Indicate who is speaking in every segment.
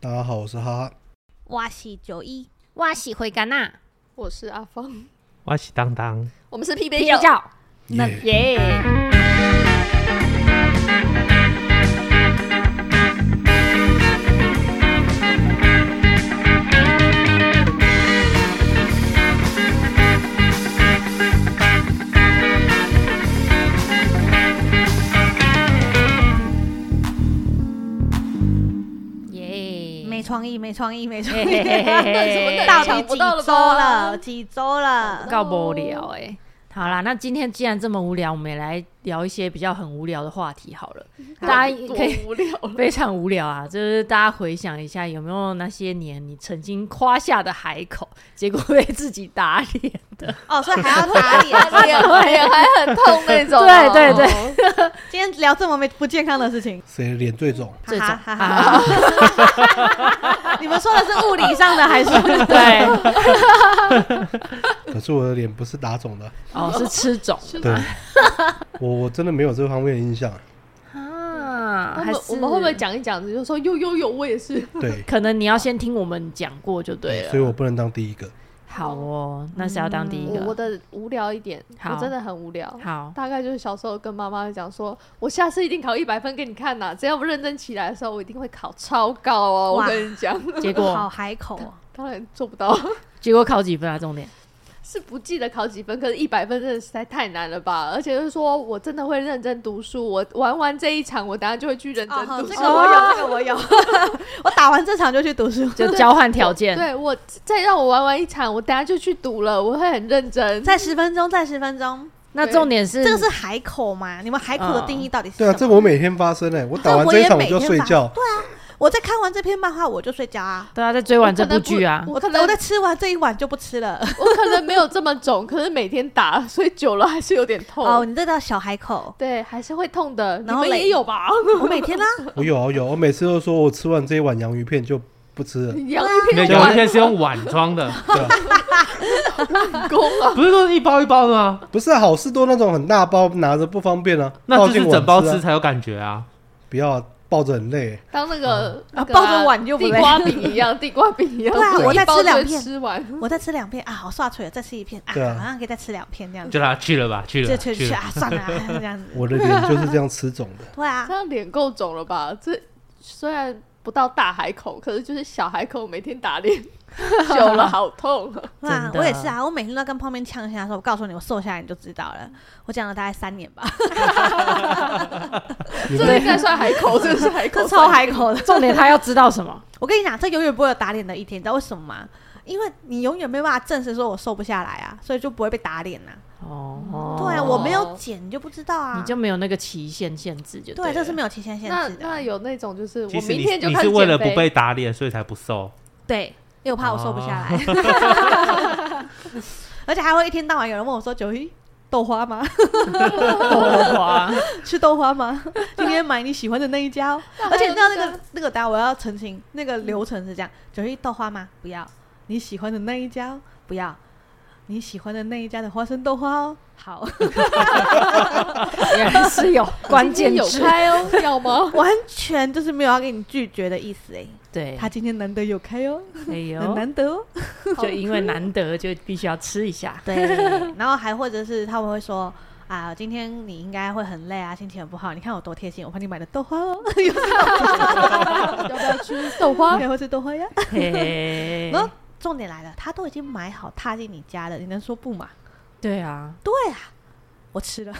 Speaker 1: 大家好，我是哈哈。
Speaker 2: 哇西九一，哇西回甘呐，
Speaker 3: 啊
Speaker 4: 我是阿芳，
Speaker 5: 我喜当当，
Speaker 4: 我们是 P
Speaker 2: 啤
Speaker 4: 杯酒，
Speaker 2: 酒，那
Speaker 1: 耶
Speaker 2: 耶，耶，
Speaker 3: 没创意，没创意，没创
Speaker 2: 嘿
Speaker 3: 意。
Speaker 2: 嘿嘿嘿嘿
Speaker 4: 什 么
Speaker 3: 到
Speaker 4: 抢
Speaker 3: 底
Speaker 4: 不
Speaker 3: 几
Speaker 4: 到了
Speaker 3: 周
Speaker 4: 吧
Speaker 3: 了？几周了？
Speaker 2: 告不聊哎、好啦，那今天既然这么无聊，我们也来聊一些比较很无聊的话题好了。
Speaker 3: 嗯
Speaker 2: 大家可以
Speaker 4: 多无聊。
Speaker 2: 非常无聊啊，就是大家回想一下，有没有那些年你曾经夸下的海口，结果被自己打脸？
Speaker 3: 哦，所以还 要打
Speaker 4: 打
Speaker 3: 脸。
Speaker 4: 脸脸还很痛那种、
Speaker 2: 对对
Speaker 4: 对，
Speaker 3: 今天聊这么没不健康的事情，
Speaker 1: 谁脸最肿？
Speaker 2: 最早
Speaker 3: 哈哈哈
Speaker 2: 啊，
Speaker 3: 哈你们说的是物理上的还是？
Speaker 2: 对，
Speaker 1: 可是我的脸不是打肿的。
Speaker 2: 哦，是吃肿
Speaker 1: 对，我我真的没有这方面的印象。
Speaker 2: 啊，
Speaker 4: 我
Speaker 2: 还
Speaker 4: 们
Speaker 2: 是
Speaker 4: 我们会不会？讲一讲，就说有有有，我也是。
Speaker 1: 对，
Speaker 2: 可能你要先听我们讲过就对啊了。
Speaker 1: 所以我不能当第一个。
Speaker 2: 好哦，那谁要当第一
Speaker 4: 我我
Speaker 3: 嗯
Speaker 2: 个？
Speaker 4: 的无聊一点，
Speaker 2: 好
Speaker 4: 我真的很无聊。
Speaker 2: 好，
Speaker 4: 大概就是小时候跟妈妈讲说，我下次一定考一百分给你看呐、只要我认真起来的时候，我一定会考超高哦。我
Speaker 3: 哇
Speaker 4: 跟你讲，
Speaker 2: 结
Speaker 3: 好
Speaker 2: 果
Speaker 3: 海口哦，
Speaker 4: 当然做不到，
Speaker 2: 结果考几分啊？重点
Speaker 4: 是不记得考几分，可是一百分真的实在太难了吧？而且就是说我真的会认真读书，我玩完这一场，我等下就会去认真
Speaker 3: 好
Speaker 4: 读
Speaker 3: 这
Speaker 4: 书。
Speaker 3: 个我有，这个我有。我打完这场就去读书，
Speaker 2: 就交换条件，
Speaker 4: 对我再让我玩完一场，我等下就去读了，我会很认真。
Speaker 3: 再十分钟，再十分钟。
Speaker 2: 那重点是
Speaker 3: 这个是海口吗？你们海口的定义到底是什
Speaker 1: 对啊，
Speaker 3: 么？
Speaker 1: 这个我每天发生哎、我打完
Speaker 3: 我
Speaker 1: 这
Speaker 3: 也
Speaker 1: 一场我
Speaker 3: 每
Speaker 1: 就
Speaker 3: 天
Speaker 1: 睡
Speaker 3: 发
Speaker 1: 觉。
Speaker 3: 我在看完这篇漫画我就睡觉啊。
Speaker 2: 对啊，在追完这部剧啊，
Speaker 4: 我
Speaker 3: 我
Speaker 4: 可能
Speaker 3: 我在吃完这一碗就不吃了。
Speaker 4: 我可能没有这么肿，可是每天打，所以久了还是有点痛。
Speaker 3: 哦，你这叫小海口。
Speaker 4: 对，还是会痛的。
Speaker 3: 然后
Speaker 4: 你们
Speaker 3: 嘞
Speaker 4: 也有吧？
Speaker 3: 我每天啦，
Speaker 1: 我有啊有，我每次都说我吃完这一碗洋芋片就不吃了。
Speaker 4: 洋芋
Speaker 5: 没
Speaker 4: 片
Speaker 5: 有
Speaker 4: 就
Speaker 5: 有一
Speaker 4: 碗
Speaker 5: 天是用碗装的，
Speaker 1: 对啊，
Speaker 4: 工啊，
Speaker 5: 不是都是一包一包的吗？
Speaker 1: 不是、啊、好事多那种很大包拿着不方便啊，
Speaker 5: 那
Speaker 1: 抱
Speaker 5: 就
Speaker 1: 进
Speaker 5: 是
Speaker 1: 碗
Speaker 5: 整包
Speaker 1: 吃啊
Speaker 5: 吃才有感觉啊。
Speaker 1: 不要、啊、抱着很累欸、
Speaker 4: 当那个那
Speaker 3: 啊
Speaker 4: 个啊
Speaker 3: 抱着碗就不
Speaker 4: 地
Speaker 3: 累
Speaker 4: 瓜饼一样，地瓜饼一样，
Speaker 3: 对啊
Speaker 4: 一
Speaker 3: 我再吃
Speaker 4: 包就
Speaker 3: 两片
Speaker 4: 吃完。
Speaker 3: 我再吃两片啊，好刷嘴了，再吃一片啊，
Speaker 1: 对啊
Speaker 3: 好像可以再吃两片这样子，
Speaker 5: 就啦，去了吧，去了，
Speaker 3: 这去
Speaker 5: 去
Speaker 3: 去
Speaker 5: 了。
Speaker 3: 啊，算了啊，这样子，
Speaker 1: 我的脸就是这样吃肿 的。
Speaker 3: 对啊
Speaker 4: 这，样脸够肿了吧？这虽然不到大海口，可是就是小海口，每天打 脸，久了好痛啊。
Speaker 3: 对啊
Speaker 2: 真，的
Speaker 3: 我也是啊，我每天都跟泡面呛一下，说我告诉你，我瘦下来你就知道了，我讲了大概三 年吧，
Speaker 1: 你
Speaker 4: 这
Speaker 1: 们
Speaker 4: 应该算海口，这是海口，
Speaker 3: 这超海口的。
Speaker 2: 重点他要知道什么？
Speaker 3: 我跟你讲，这永远不会有打脸的一天，你知道为什么吗？因为你永远没办法证实说我瘦不下来啊，所以就不会被打脸啊呐、
Speaker 2: 哦，
Speaker 3: 对啊，我没有减，你就不知道啊。
Speaker 2: 你就没有那个期限限制就
Speaker 3: 对，
Speaker 2: 了
Speaker 3: 这是没有期限限
Speaker 4: 那
Speaker 3: 制的
Speaker 4: 那
Speaker 3: 啊。
Speaker 4: 有那种就是我
Speaker 5: 其实
Speaker 4: 明
Speaker 5: 你
Speaker 4: 天就
Speaker 5: 你
Speaker 4: 开
Speaker 5: 是
Speaker 4: 始
Speaker 5: 为
Speaker 4: 减
Speaker 5: 了不
Speaker 4: 肥，
Speaker 5: 被打脸，所以才不瘦。
Speaker 3: 对，因为我怕
Speaker 4: 哦
Speaker 3: 我瘦不下来， 而且还会一天到晚有人问我说：“九一豆花吗？”
Speaker 2: 豆
Speaker 3: 啊
Speaker 2: 花，
Speaker 3: 吃豆花吗？ 今天买你喜欢的那一家哦。 而且你知道那个那个，等下我要澄清，那个流程是这样：九一豆花吗？不要。你喜欢的那一家哦，不要。你喜欢的那一家的花生豆花哦，好，
Speaker 2: 原来是有关键
Speaker 4: 有
Speaker 2: 字，
Speaker 4: 开哦， 要吗？
Speaker 3: 完全就是没有要给你拒绝的意思哎。
Speaker 2: 对，
Speaker 3: 他今天难得有开哦，
Speaker 2: 哎
Speaker 3: 很
Speaker 2: 呦，
Speaker 3: 难得哦。
Speaker 2: 就因为难得就必须要吃 一下，
Speaker 3: 对， 然后还或者是他们会说。啊，今天你应该会很累啊，心情很不好。你看我多贴心，我帮你买的豆花哦，
Speaker 4: 要不要吃豆花
Speaker 3: 你？还会吃豆花呀？
Speaker 2: 嘿
Speaker 3: 然后重点来了，他都已经买好，踏进你家了，你能说不吗？
Speaker 2: 对啊，
Speaker 3: 对啊，我吃了，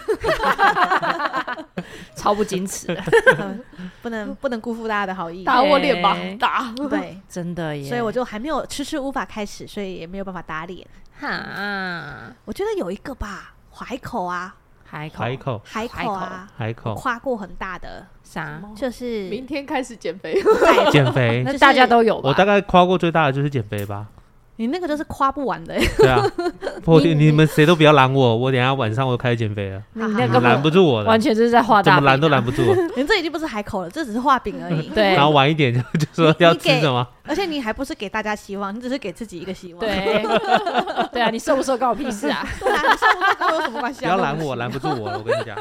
Speaker 2: 超不矜持 的，
Speaker 3: 不能不能辜负大家的好意。
Speaker 4: 打我脸吧
Speaker 2: 哎，
Speaker 4: 打！
Speaker 3: 对，
Speaker 2: 真的耶，
Speaker 3: 所以我就还没有迟迟无法开始，所以也没有办法打脸。
Speaker 2: 哈，
Speaker 3: 我觉得有一个吧，海口啊，
Speaker 2: 海口哦
Speaker 5: 海口，哦
Speaker 3: 海口啊，
Speaker 5: 海口，
Speaker 3: 跨过很大的，
Speaker 2: 啥？
Speaker 3: 就是
Speaker 4: 明天开始减肥，
Speaker 3: 在
Speaker 5: 减肥。
Speaker 2: 那大家都有吧？
Speaker 5: 哎我大概跨过最大的就是减肥吧。
Speaker 3: 你那个就是夸不完的、
Speaker 5: 对啊，我
Speaker 2: 你
Speaker 5: 你们谁都不要拦我，我等一下晚上我就开始减肥了，
Speaker 2: 你那
Speaker 5: 你
Speaker 2: 个
Speaker 5: 们拦不住我的，
Speaker 2: 完全就是在画
Speaker 5: 怎
Speaker 2: 大
Speaker 5: 么
Speaker 2: 饼
Speaker 5: 拦都
Speaker 2: 啊
Speaker 5: 拦不住我。
Speaker 3: 你这已经不是海口了，这只是画饼而已。
Speaker 2: 对
Speaker 5: 然后晚一点就就说要吃什么，
Speaker 3: 而且你还不是给大家希望，你只是给自己一个希望。
Speaker 2: 对， 对啊，你瘦不瘦关我屁事啊！
Speaker 3: 对啊，你上不上跟我有什么关系、
Speaker 5: 不
Speaker 3: 啊？
Speaker 5: 要
Speaker 3: 跟
Speaker 5: 拦
Speaker 3: 我
Speaker 5: 我，拦不住我了。我跟你讲，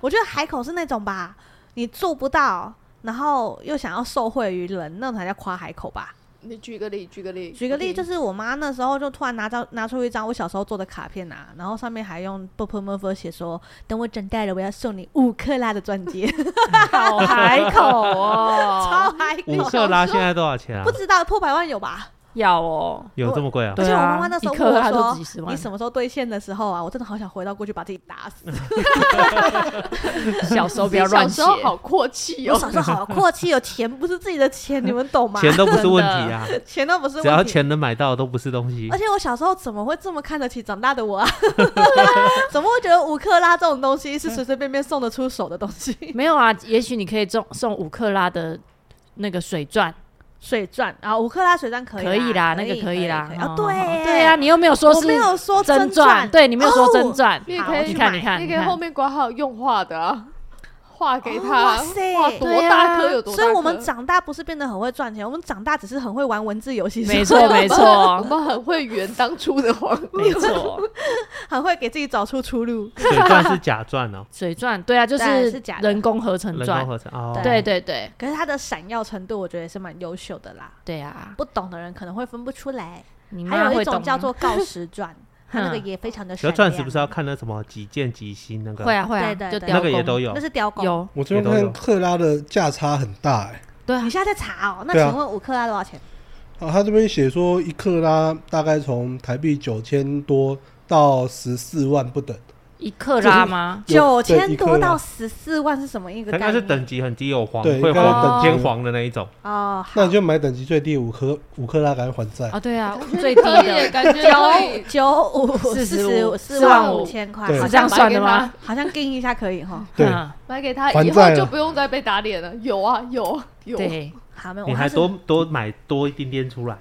Speaker 3: 我觉得海口是那种吧，你做不到，然后又想要受惠于人，那种才叫夸海口吧。
Speaker 4: 你举个例，举个例，
Speaker 3: 举个例，就是是我妈那时候就突然拿张拿出一张我小时候做的卡片啊，然后上面还用 b u p m u f 写说，等我长大了，我要送你五克拉的钻 戒，
Speaker 2: 好海口哦，
Speaker 3: 超嗨
Speaker 5: 五
Speaker 3: 口，
Speaker 5: 克拉现在多少钱啊
Speaker 3: 不？知道破百万有吧？
Speaker 2: 要哦，
Speaker 5: 有这么贵啊？
Speaker 3: 而
Speaker 2: 对
Speaker 3: 且我
Speaker 2: 啊
Speaker 3: 妈妈那时候
Speaker 2: 一
Speaker 3: 问
Speaker 2: 克
Speaker 3: 我
Speaker 2: 拉
Speaker 3: 说
Speaker 2: 都几十：“万
Speaker 3: 你什么时候兑现的时候啊？”我真的好想回到过去把自己打死。
Speaker 2: 小时候不要乱
Speaker 4: 小
Speaker 2: 写
Speaker 4: 时，候好阔气
Speaker 3: 我
Speaker 4: 哦，
Speaker 3: 小时候 好阔气哦，钱不是自己的钱，你们懂吗？
Speaker 5: 钱都不是问题啊，
Speaker 3: 钱都不是问
Speaker 5: 只
Speaker 3: 题，
Speaker 5: 要钱能买到都不是东西
Speaker 3: 而。且我小时候怎么会这么看得起长大的 我啊？怎么会觉得五克拉这种东西是随随便便送得出手的东 西？
Speaker 2: 没有啊，也许你可以送送五克拉的那个水钻，
Speaker 3: 水钻啊，五克拉水钻可以
Speaker 2: 可以啦，那个
Speaker 3: 可
Speaker 2: 以啦，
Speaker 3: 啊
Speaker 2: 哦，
Speaker 3: 对耶
Speaker 2: 对啊，你又没有说
Speaker 3: 我
Speaker 2: 是
Speaker 3: 没有说
Speaker 2: 真
Speaker 3: 钻，
Speaker 2: 对你没有说真
Speaker 3: 哦
Speaker 2: 钻，
Speaker 4: 你也
Speaker 3: 好
Speaker 4: 可
Speaker 3: 我
Speaker 4: 以，
Speaker 2: 你
Speaker 3: 去
Speaker 2: 看
Speaker 3: 买
Speaker 2: 你看
Speaker 4: 你
Speaker 2: 你
Speaker 4: 可以
Speaker 2: 看，
Speaker 4: 后面挂号用画的啊，画给
Speaker 3: 哦
Speaker 4: 他，
Speaker 3: 哇塞
Speaker 4: 画多
Speaker 2: 对
Speaker 4: 大
Speaker 2: 啊
Speaker 4: 颗有多大颗，
Speaker 3: 所以我们长大不是变得很会赚钱，我们长大只是很会玩文字游戏，
Speaker 2: 没
Speaker 3: 是吧
Speaker 2: 错没
Speaker 4: 我
Speaker 2: 错
Speaker 4: 们很会圆当初的谎。
Speaker 2: 没错，
Speaker 3: 很会给自己找出出路。
Speaker 5: 水钻是假钻 哦，
Speaker 2: 水钻对啊，就
Speaker 3: 当然
Speaker 2: 是
Speaker 3: 是假的
Speaker 2: 人工合成
Speaker 5: 人工
Speaker 2: 钻，
Speaker 5: 合成哦。
Speaker 2: 对对对
Speaker 3: 可是它的闪耀程度，我觉得也是蛮优秀的啦。
Speaker 2: 对啊，
Speaker 3: 不懂的人可能会分不出来。
Speaker 2: 你
Speaker 3: 还
Speaker 2: 妈
Speaker 3: 有
Speaker 2: 会
Speaker 3: 一种
Speaker 2: 懂啊
Speaker 3: 叫
Speaker 2: 吗
Speaker 3: 做锆石 钻，它那个
Speaker 2: 哼
Speaker 3: 也非常的
Speaker 5: 可
Speaker 3: 闪亮。
Speaker 5: 是钻石不是要看那什么几件几星那个？
Speaker 2: 会啊会啊，
Speaker 3: 对对
Speaker 2: 就
Speaker 3: 对
Speaker 2: 雕
Speaker 5: 那个也
Speaker 2: 工
Speaker 5: 都有
Speaker 3: 那。是雕工。
Speaker 2: 有
Speaker 1: 我这边
Speaker 5: 也都有
Speaker 1: 看克拉的价差很大哎、
Speaker 2: 对啊
Speaker 3: 你，现在在查哦？那
Speaker 1: 对啊
Speaker 3: 请问五克拉多少钱？
Speaker 1: 啊，他这边写说一克拉大概从台币九千多到十四万不等，
Speaker 2: 一克 拉吗？
Speaker 1: 有
Speaker 3: 九
Speaker 1: 对
Speaker 3: 千
Speaker 1: 一克
Speaker 3: 多
Speaker 1: 拉
Speaker 3: 到十四万是什么一个
Speaker 5: 它
Speaker 3: 概
Speaker 5: 应
Speaker 3: 念？
Speaker 5: 该是等级很低，有黄
Speaker 1: 对
Speaker 5: 会
Speaker 1: 应该
Speaker 2: 是
Speaker 5: 黄
Speaker 2: 等级
Speaker 5: 偏黄的那一种。
Speaker 3: 哦，好
Speaker 1: 那你就买等级最低五克五克拉，赶快还债。
Speaker 2: 啊对啊， 最低 的
Speaker 4: 感觉可以
Speaker 3: 九五四
Speaker 2: 45
Speaker 3: 四万
Speaker 2: 45
Speaker 3: 五千块，
Speaker 1: 对
Speaker 3: 好
Speaker 2: 是这
Speaker 3: 像
Speaker 2: 样算的吗？
Speaker 3: 好像定一下可以哈。
Speaker 1: 对，
Speaker 2: 嗯
Speaker 4: 买给他，
Speaker 1: 还
Speaker 4: 以
Speaker 1: 债
Speaker 4: 后
Speaker 1: 了
Speaker 4: 就不用再被打脸了。有啊，有啊有啊，
Speaker 2: 对，
Speaker 3: 好，没有，
Speaker 5: 你
Speaker 3: 我
Speaker 5: 还
Speaker 3: 是
Speaker 5: 多多买多一点点出来，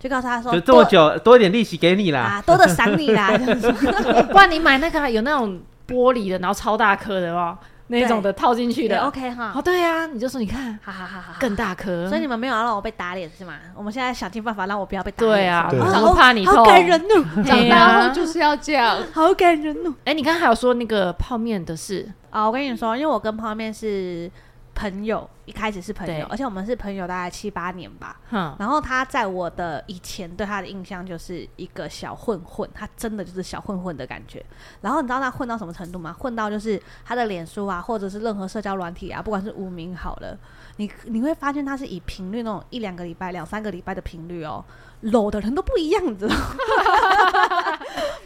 Speaker 3: 就告诉他说
Speaker 5: 就这么
Speaker 3: 多
Speaker 5: 久多一点利息给你啦。
Speaker 3: 啊，多的赏你 啦。这样子
Speaker 2: 不然你买那个啊有那种玻璃的，然后超大颗的哦，那种的套进去
Speaker 3: 也
Speaker 2: 的。
Speaker 3: OK 哈
Speaker 2: 哦，，对啊，你就说你看
Speaker 3: 好好好好。
Speaker 2: 更大颗，
Speaker 3: 所以你们没有要让我被打脸是吗？我们现在想尽办法让我不要被打脸。
Speaker 2: 对啊，
Speaker 1: 对
Speaker 2: 我
Speaker 3: 是吗，
Speaker 2: 们怕你
Speaker 3: 好
Speaker 2: 痛。
Speaker 3: 好感人哦，
Speaker 4: 长
Speaker 2: 对
Speaker 4: 大后
Speaker 2: 啊
Speaker 4: 就是要这样。
Speaker 3: 好感人哦。
Speaker 2: 哎，你刚刚还有说那个泡面的事，
Speaker 3: 啊，我跟你说，因为我跟泡面是朋友，一开始是朋
Speaker 2: 对
Speaker 3: 友，而且我们是朋友大概七八年吧。
Speaker 2: 哼，
Speaker 3: 然后他在我的以前对他的印象就是一个小混混，他真的就是小混混的感觉。然后你知道他混到什么程度吗？混到就是他的脸书啊，或者是任何社交软体啊，不管是无名好了，你你会发现他是以频率那种一两个礼拜、两三个礼拜的频率哦，搂的人都不一样，你知道吗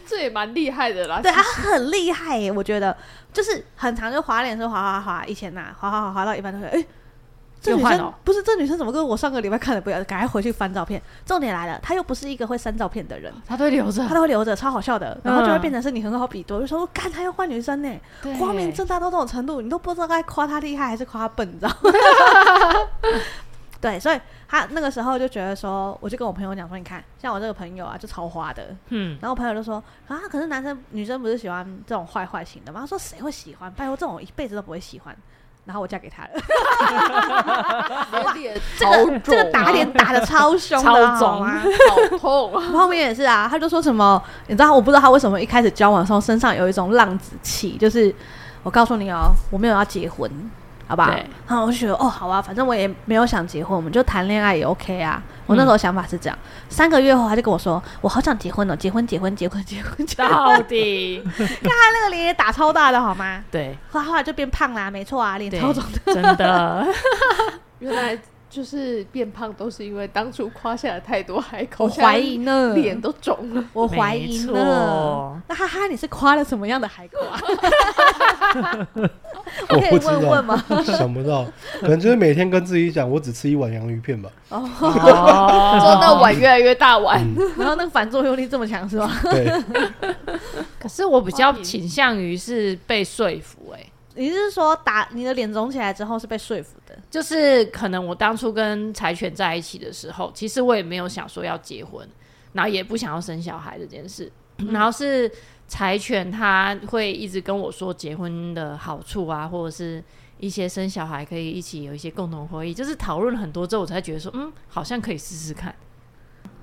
Speaker 4: 这也蛮厉害的
Speaker 2: 啊
Speaker 4: 啦。
Speaker 3: 对他啊很厉害耶，我觉得就是很常就滑脸是滑滑滑，以前呐、滑滑滑滑到一半都会，哎、这
Speaker 2: 又
Speaker 3: 女
Speaker 2: 换哦
Speaker 3: 生
Speaker 2: 了
Speaker 3: 不是这女生怎么跟我上个礼拜看的不一样？赶快回去翻照片。重点来了，他又不是一个会删照片的人，
Speaker 2: 他都会留着
Speaker 3: 他，都会留着，超好笑的，然后就会
Speaker 2: 嗯
Speaker 3: 变成是你很好比多，就说哦干他又换女生呢，
Speaker 2: 对
Speaker 3: 光明正大到这种程度，你都不知道该夸他厉害还是夸他笨，你知道吗？ 对，所以他那个时候就觉得说，我就跟我朋友讲说，你看，像我这个朋友啊，就超花的，
Speaker 2: 嗯，
Speaker 3: 然后我朋友就说啊，可是男生女生不是喜欢这种坏坏型的吗？他说谁会喜欢？拜托，这种我一辈子都不会喜欢。然后我嫁给他了，
Speaker 4: 有点
Speaker 3: 这个 这个打脸打的超凶的，
Speaker 2: 啊超
Speaker 3: 好吗？
Speaker 4: 啊好痛啊！
Speaker 3: 然后后面也是啊，他就说什么，你知道我不知道他为什么一开始交往的时候身上有一种浪子气，就是我告诉你哦，我没有要结婚，好吧
Speaker 2: 对？
Speaker 3: 然后我就觉得哦，好啊，反正我也没有想结婚，我们就谈恋爱也 OK 啊。我那时候想法是这样，三个月后他就跟我说，我好想结婚哦，结婚结婚结婚结婚，结婚
Speaker 2: 到底
Speaker 3: 那个脸也打超大的好吗？
Speaker 2: 对
Speaker 3: 后后来就变胖啦、没错啊，脸
Speaker 2: 对
Speaker 3: 超肿。，
Speaker 2: 真的
Speaker 4: 原来就是变胖都是因为当初夸下了太多海口，
Speaker 3: 我怀疑呢，
Speaker 4: 现在脸都肿了。
Speaker 3: 我怀疑
Speaker 2: 没
Speaker 3: 呢。
Speaker 2: 错
Speaker 3: 那哈哈，你是夸了什么样的海狗啊？
Speaker 1: 我
Speaker 3: 我可
Speaker 1: 不
Speaker 3: 以
Speaker 1: 知
Speaker 3: 问问
Speaker 1: 道，
Speaker 3: 吗？
Speaker 1: 想不到，可能就是每天跟自己讲，我只吃一碗洋芋片 吧。
Speaker 2: 哦，
Speaker 4: 做到碗越来越大碗，
Speaker 3: 然后那个反作用力这么强是吧？
Speaker 1: 对，哎
Speaker 2: 可是我比较
Speaker 4: 欢迎
Speaker 2: 倾向于是被说服、欸，
Speaker 3: 你是说打你的脸肿起来之后是被说服的？
Speaker 2: 就是可能我当初跟柴犬在一起的时候，其实我也没有想说要结婚，然后也不想要生小孩这件事，然后是柴犬他会一直跟我说结婚的好处啊，或者是。一些生小孩可以一起有一些共同回忆，就是讨论了很多之后，我才觉得说，嗯，好像可以试试看。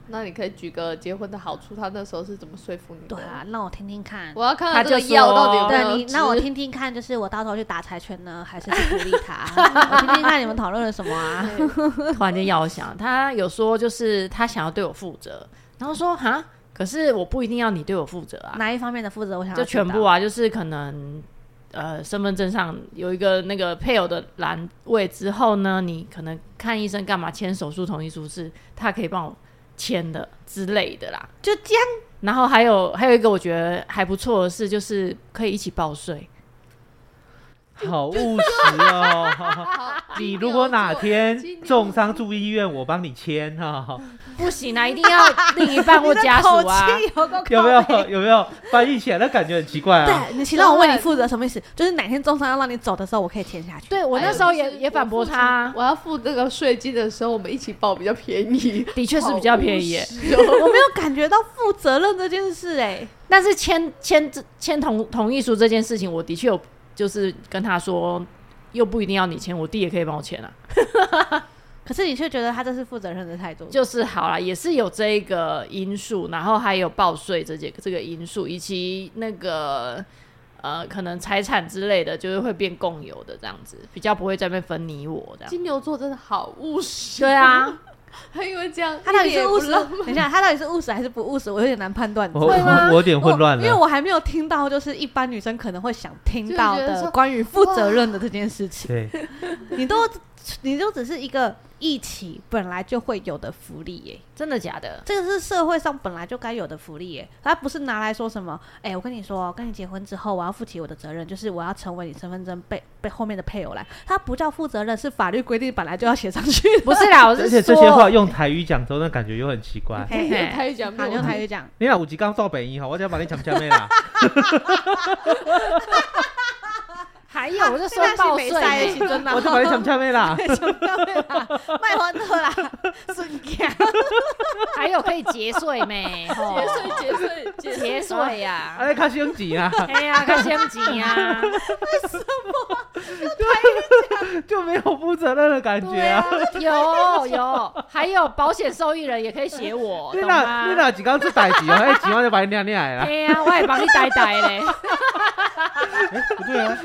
Speaker 4: 那你可以举个结婚的好处，他那时候是怎么说服你的？
Speaker 3: 对啊，让我听听看。
Speaker 4: 我要看
Speaker 2: 他
Speaker 4: 看这个
Speaker 2: 就
Speaker 4: 药
Speaker 2: 说
Speaker 4: 到底有没
Speaker 3: 对
Speaker 4: 有
Speaker 3: 你
Speaker 4: 值。，
Speaker 3: 那我听听看，就是我到时候去打柴犬呢，还是去鼓励他？啊 我听听看你们讨论了什么啊？
Speaker 2: 突然间要我想，他有说就是他想要对我负责，然后说哈，可是我不一定要你对我负责啊，
Speaker 3: 哪一方面的负责？我想要
Speaker 2: 就全
Speaker 3: 知道
Speaker 2: 部。啊，就是可能呃身份证上有一个那个配偶的栏位之后呢，你可能看医生干嘛签手术同意书是他可以帮我签的之类的啦。
Speaker 3: 就这样，
Speaker 2: 然后还有还有一个我觉得还不错的事，就是可以一起报税。
Speaker 5: 好务实 哦。
Speaker 4: 好
Speaker 5: 你如果哪天重伤住医院，我帮你签 哈，
Speaker 2: 不行啊，一定要另一半或家属啊。
Speaker 3: 你的口气有够靠
Speaker 5: 有没有
Speaker 3: 背？？
Speaker 5: 有没有翻译起来那感觉很奇怪啊？
Speaker 3: 对，你请让我为你负责什么意思？就是哪天重伤要让你走的时候，我可以签下去。
Speaker 2: 对
Speaker 4: 哎
Speaker 2: 我那时候也也反驳他啊，
Speaker 4: 我要付这个税金的时候，我们一起报比较便宜，
Speaker 2: 的 确是比较便宜耶、
Speaker 4: 好务实哦。
Speaker 3: 我没有感觉到负责任这件事哎、
Speaker 2: 但是签签字签同同意书这件事情，我的确有就是跟他说，又不一定要你签，我弟也可以帮我签啊。
Speaker 3: 可是你却觉得他这是负责任的态度，
Speaker 2: 就是好啦，也是有这一个因素，然后还有报税这些这个因素，以及那个呃可能财产之类的，就是会变共有的这样子，比较不会再被分你我这样。
Speaker 4: 金牛座真的好务实。哦
Speaker 2: 对，啊，
Speaker 4: 他因为这样，
Speaker 3: 他到底
Speaker 4: 一点
Speaker 3: 是
Speaker 4: 也
Speaker 3: 务
Speaker 4: 不
Speaker 3: 实？
Speaker 4: 浪
Speaker 3: 等一下，他到底是务实还是不务实？我有点难判断。
Speaker 5: 我
Speaker 3: 会吗
Speaker 5: 我我有点混乱
Speaker 3: 因为
Speaker 5: 了。
Speaker 3: 我还没有听到，就是一般女生可能会想听到
Speaker 4: 就觉得
Speaker 3: 的
Speaker 4: 说
Speaker 3: 关于负责任的这件事情。
Speaker 5: 对，
Speaker 3: 你都，你就只是一个一起本来就会有的福利耶、
Speaker 2: 真的假 的？
Speaker 3: 这个是社会上本来就该有的福利耶、它不是拿来说什么，哎、我跟你说，跟你结婚之后，我要负起我的责任，就是我要成为你身份证被被后面的配偶来，它不叫负责任，是法律规定本来就要写上去的。
Speaker 2: 不是啦，我
Speaker 5: 而
Speaker 2: 是
Speaker 5: 且
Speaker 2: 说
Speaker 5: 这些话用台语讲之后，那感觉又很奇怪。
Speaker 3: 嘿
Speaker 4: 用
Speaker 3: 嘿，
Speaker 4: 台语讲没
Speaker 3: 好，
Speaker 4: 有
Speaker 3: 用台语讲，
Speaker 5: 你俩有一刚到北医哈，我就要把你抢下面 啦。
Speaker 2: 还有我就说报税
Speaker 3: 啊
Speaker 2: 欸
Speaker 3: 在
Speaker 2: 呢，
Speaker 3: 起尊啦，
Speaker 5: 我就把你抢下面 啦。
Speaker 3: 卖欢乐啦，顺家。
Speaker 2: 还有可以节税没？
Speaker 4: 节税节税节税
Speaker 2: 节税呀，
Speaker 5: 啊，你较省钱啊，
Speaker 2: 哎呀，看先急 呀，
Speaker 5: 就没有负责任的感觉啊。
Speaker 2: 有有，还有保险受益人也可以写 啊我，
Speaker 5: 你
Speaker 2: 懂
Speaker 5: 俩你
Speaker 2: 吗？
Speaker 5: 俩几刚出代志啊？哎，几万就把你亮亮来
Speaker 2: 哎
Speaker 5: 啦。
Speaker 2: 呀，我也帮你代 代嘞，
Speaker 1: 不对啊，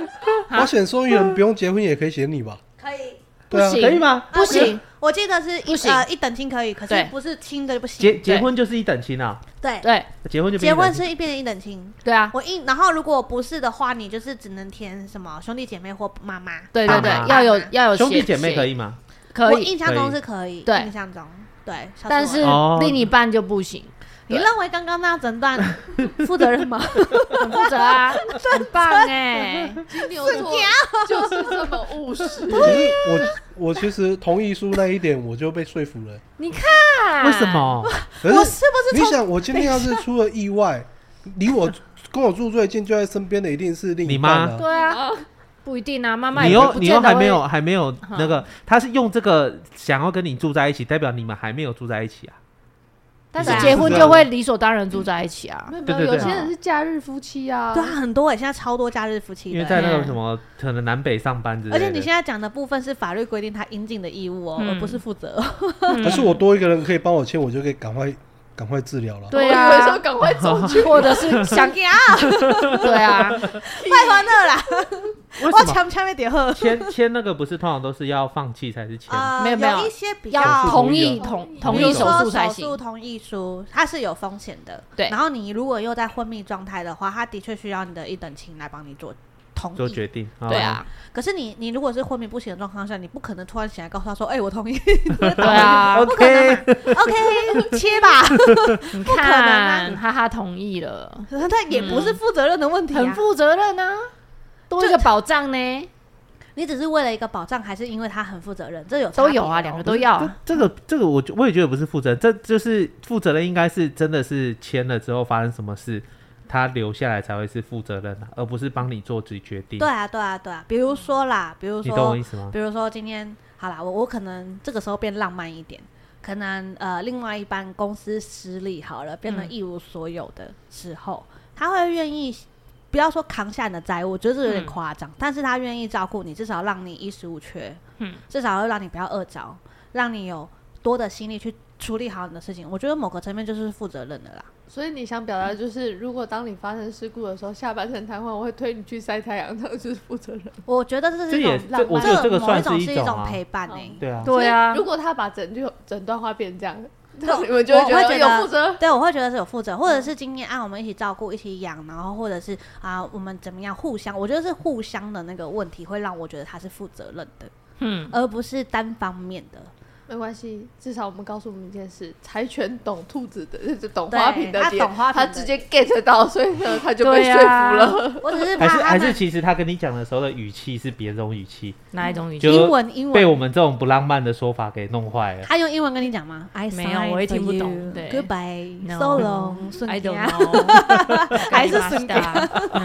Speaker 1: 保险受益人不用结婚也可以写你吧？
Speaker 3: 可以，啊
Speaker 2: 不
Speaker 1: 对啊，
Speaker 2: 行
Speaker 5: 可以吗？
Speaker 2: 不行，
Speaker 3: 我记得是一
Speaker 2: 不行
Speaker 3: 呃一等亲可以，可是
Speaker 2: 对
Speaker 3: 不是亲的就不行。
Speaker 5: 结结婚就是一等亲啊，
Speaker 3: 对，
Speaker 2: 对
Speaker 5: 结婚就变
Speaker 3: 结
Speaker 5: 一等
Speaker 3: 婚
Speaker 5: 亲
Speaker 3: 是一变成一等亲。
Speaker 2: 对啊，
Speaker 3: 我一然后如果不是的话，你就是只能填什么兄弟姐妹或妈妈。
Speaker 2: 对对对
Speaker 5: 爸，妈
Speaker 2: 要有要有
Speaker 5: 兄弟
Speaker 2: 写
Speaker 5: 姐妹可，
Speaker 2: 写
Speaker 5: 以吗？
Speaker 2: 可
Speaker 3: 我
Speaker 2: 以，
Speaker 3: 印象中是可以，
Speaker 2: 对
Speaker 3: 印象中对。小时候
Speaker 2: 但是
Speaker 5: 哦
Speaker 2: 另一半就不行，
Speaker 3: 你认为刚刚那诊 断负责任吗？
Speaker 2: 很负责啊，很棒哎，
Speaker 4: 金牛座
Speaker 2: 啊
Speaker 4: 就是这么务实。
Speaker 3: 嗯
Speaker 1: 可是我我其实同意书那一点我就被说服了。
Speaker 2: 你看
Speaker 5: 为什？么？
Speaker 2: 啊
Speaker 1: 可
Speaker 3: 我
Speaker 1: 是
Speaker 3: 是不
Speaker 1: 你
Speaker 3: 是从
Speaker 1: 想，我今天要是出了意外，离我跟我住最近就在身边的一定是另一
Speaker 5: 你
Speaker 1: 半
Speaker 5: 妈
Speaker 1: 啊。
Speaker 2: 对啊，不一定啊，妈妈
Speaker 5: 你
Speaker 2: 也
Speaker 5: 又
Speaker 2: 不
Speaker 5: 你
Speaker 2: 见
Speaker 5: 又
Speaker 2: 得
Speaker 5: 还没
Speaker 2: 会嗯
Speaker 5: 有还没有那个，他是用这个想要跟你住在一起，代表你们还没有住在一起啊。
Speaker 2: 但
Speaker 3: 对
Speaker 2: 是
Speaker 3: 啊
Speaker 2: 结婚就会理所当然住在一起啊
Speaker 4: 没。有没
Speaker 5: 对
Speaker 4: 有，
Speaker 5: 对对
Speaker 4: 有些人是假日夫妻啊。
Speaker 3: 对啊，很多哎，现在超多假日夫妻
Speaker 5: 因为
Speaker 3: 的。
Speaker 5: 在那个
Speaker 2: 对
Speaker 5: 什么，可能南北上班之类
Speaker 3: 而
Speaker 5: 的。
Speaker 3: 且你现在讲的部分是法律规定他应尽的义务哦，
Speaker 2: 嗯
Speaker 3: 而不是负责哦。
Speaker 1: 可是我多一个人可以帮我签，我就可以赶快赶快治疗了。
Speaker 2: 对
Speaker 4: 我以为说
Speaker 2: 啊，
Speaker 4: 赶 快走去，
Speaker 2: 或者是想
Speaker 3: 想呀，
Speaker 2: 对啊，
Speaker 3: 太欢乐啦！
Speaker 5: 为
Speaker 3: 我
Speaker 5: 什么
Speaker 3: 前前面点喝
Speaker 5: 签 签那个不是通常都是要放弃才是签吗？
Speaker 3: 啊，
Speaker 2: 没有没有
Speaker 3: 一些比
Speaker 2: 要
Speaker 3: 较。
Speaker 2: 同意同同
Speaker 3: 比如
Speaker 2: 意
Speaker 3: 说
Speaker 2: 手术才
Speaker 3: 手术
Speaker 2: 行。
Speaker 3: 同意书它是有风险的。
Speaker 2: 对
Speaker 3: 然后你如果又在昏迷状态的话，它的确需要你的一等亲来帮你做同
Speaker 5: 做
Speaker 3: 意。
Speaker 5: 决定。哦
Speaker 2: 对啊，
Speaker 3: 可是你你如果是昏迷不醒的状况下，你不可能突然起来告诉他说：“哎，我同意。
Speaker 2: 对 啊，
Speaker 5: 哦。
Speaker 3: 不可能
Speaker 5: OK，
Speaker 3: ”OK，切 吧。
Speaker 2: 你
Speaker 3: 不可能啊
Speaker 2: 看，哈哈，同意了，
Speaker 3: 那也不是负责任的问题
Speaker 2: 嗯很
Speaker 3: 啊。
Speaker 2: 负责任啊，多一个保障呢，
Speaker 3: 你只是为了一个保障，还是因为他很负责任？这有差
Speaker 2: 都
Speaker 3: 别
Speaker 2: 有啊，
Speaker 3: 哦
Speaker 2: 两个都要啊。
Speaker 5: 这这个这个我我也觉得不是负责任，这就是负责任应该是真的是签了之后发生什么事，他留下来才会是负责任啊，而不是帮你做决决定。
Speaker 3: 对，啊，对啊，对啊。比如说啦，比如
Speaker 5: 你懂我
Speaker 3: 说
Speaker 5: 意，思吗？
Speaker 3: 比如说今天好啦，我我可能这个时候变浪漫一点，可能呃，另外一班公司失利好了，变得
Speaker 2: 嗯
Speaker 3: 一无所有的时候，他会愿意。不要说扛下你的债务，我觉得这有点
Speaker 2: 嗯
Speaker 3: 夸张，但是他愿意照顾你，至少让你衣食无缺，
Speaker 2: 嗯
Speaker 3: 至少要让你不要饿着，让你有多的心力去处理好你的事情。我觉得某个层面就是负责任的啦。
Speaker 4: 所以你想表达的就是，如果当你发生事故的时候，下半身瘫痪，我会推你去晒太阳，这样就是负责任。
Speaker 3: 我觉得这
Speaker 5: 这
Speaker 3: 是一
Speaker 5: 也
Speaker 3: 种
Speaker 5: 这
Speaker 3: 浪
Speaker 5: 我
Speaker 3: 漫，
Speaker 5: 觉得这个
Speaker 3: 某
Speaker 5: 算
Speaker 3: 一
Speaker 5: 是
Speaker 3: 种
Speaker 5: 一
Speaker 3: 是一
Speaker 5: 种
Speaker 3: 种
Speaker 5: 啊
Speaker 3: 陪伴欸呢、
Speaker 4: 嗯
Speaker 5: 对啊，
Speaker 2: 对啊
Speaker 4: 所以如果他把整句整段话变 这样，
Speaker 3: 对
Speaker 4: 那你们就会
Speaker 3: 我
Speaker 4: 觉
Speaker 3: 会觉
Speaker 4: 得
Speaker 3: 得
Speaker 4: 有负责。
Speaker 3: 对，我会觉得是有负责，或
Speaker 2: 嗯
Speaker 3: 者是今天啊，我们一起照顾，一起养，然后或者是啊，我们怎么样互相，我觉得是互相的那个问题，会让我觉得他是负责任的，
Speaker 2: 嗯，
Speaker 3: 而不是单方面的。
Speaker 4: 没关系，至少我们告诉我们一件事：柴犬懂兔子的，就是懂
Speaker 3: 对
Speaker 4: 花瓶的
Speaker 3: 他
Speaker 4: 姐，
Speaker 3: 懂花瓶
Speaker 4: 他
Speaker 3: 的
Speaker 4: 直接 get 到，所以呢，他就被
Speaker 2: 对
Speaker 4: 说
Speaker 2: 啊
Speaker 4: 服了。
Speaker 3: 我只是
Speaker 5: 还
Speaker 3: 怕
Speaker 5: 是
Speaker 3: 他
Speaker 5: 还是
Speaker 3: 们
Speaker 5: 其实他跟你讲的时候的语气是别种语气，
Speaker 2: 哪一种语
Speaker 5: 就
Speaker 2: 气？
Speaker 3: 英文英
Speaker 5: 被
Speaker 3: 文，
Speaker 5: 我们这种不浪漫的说法给弄坏了。
Speaker 3: 他用英文跟你讲吗？I
Speaker 2: 没有我也听不懂对 No
Speaker 3: Goodbye，so long，顺啊
Speaker 2: I don't
Speaker 3: 家
Speaker 2: know，
Speaker 3: 还是
Speaker 2: 损
Speaker 3: 损
Speaker 2: 的。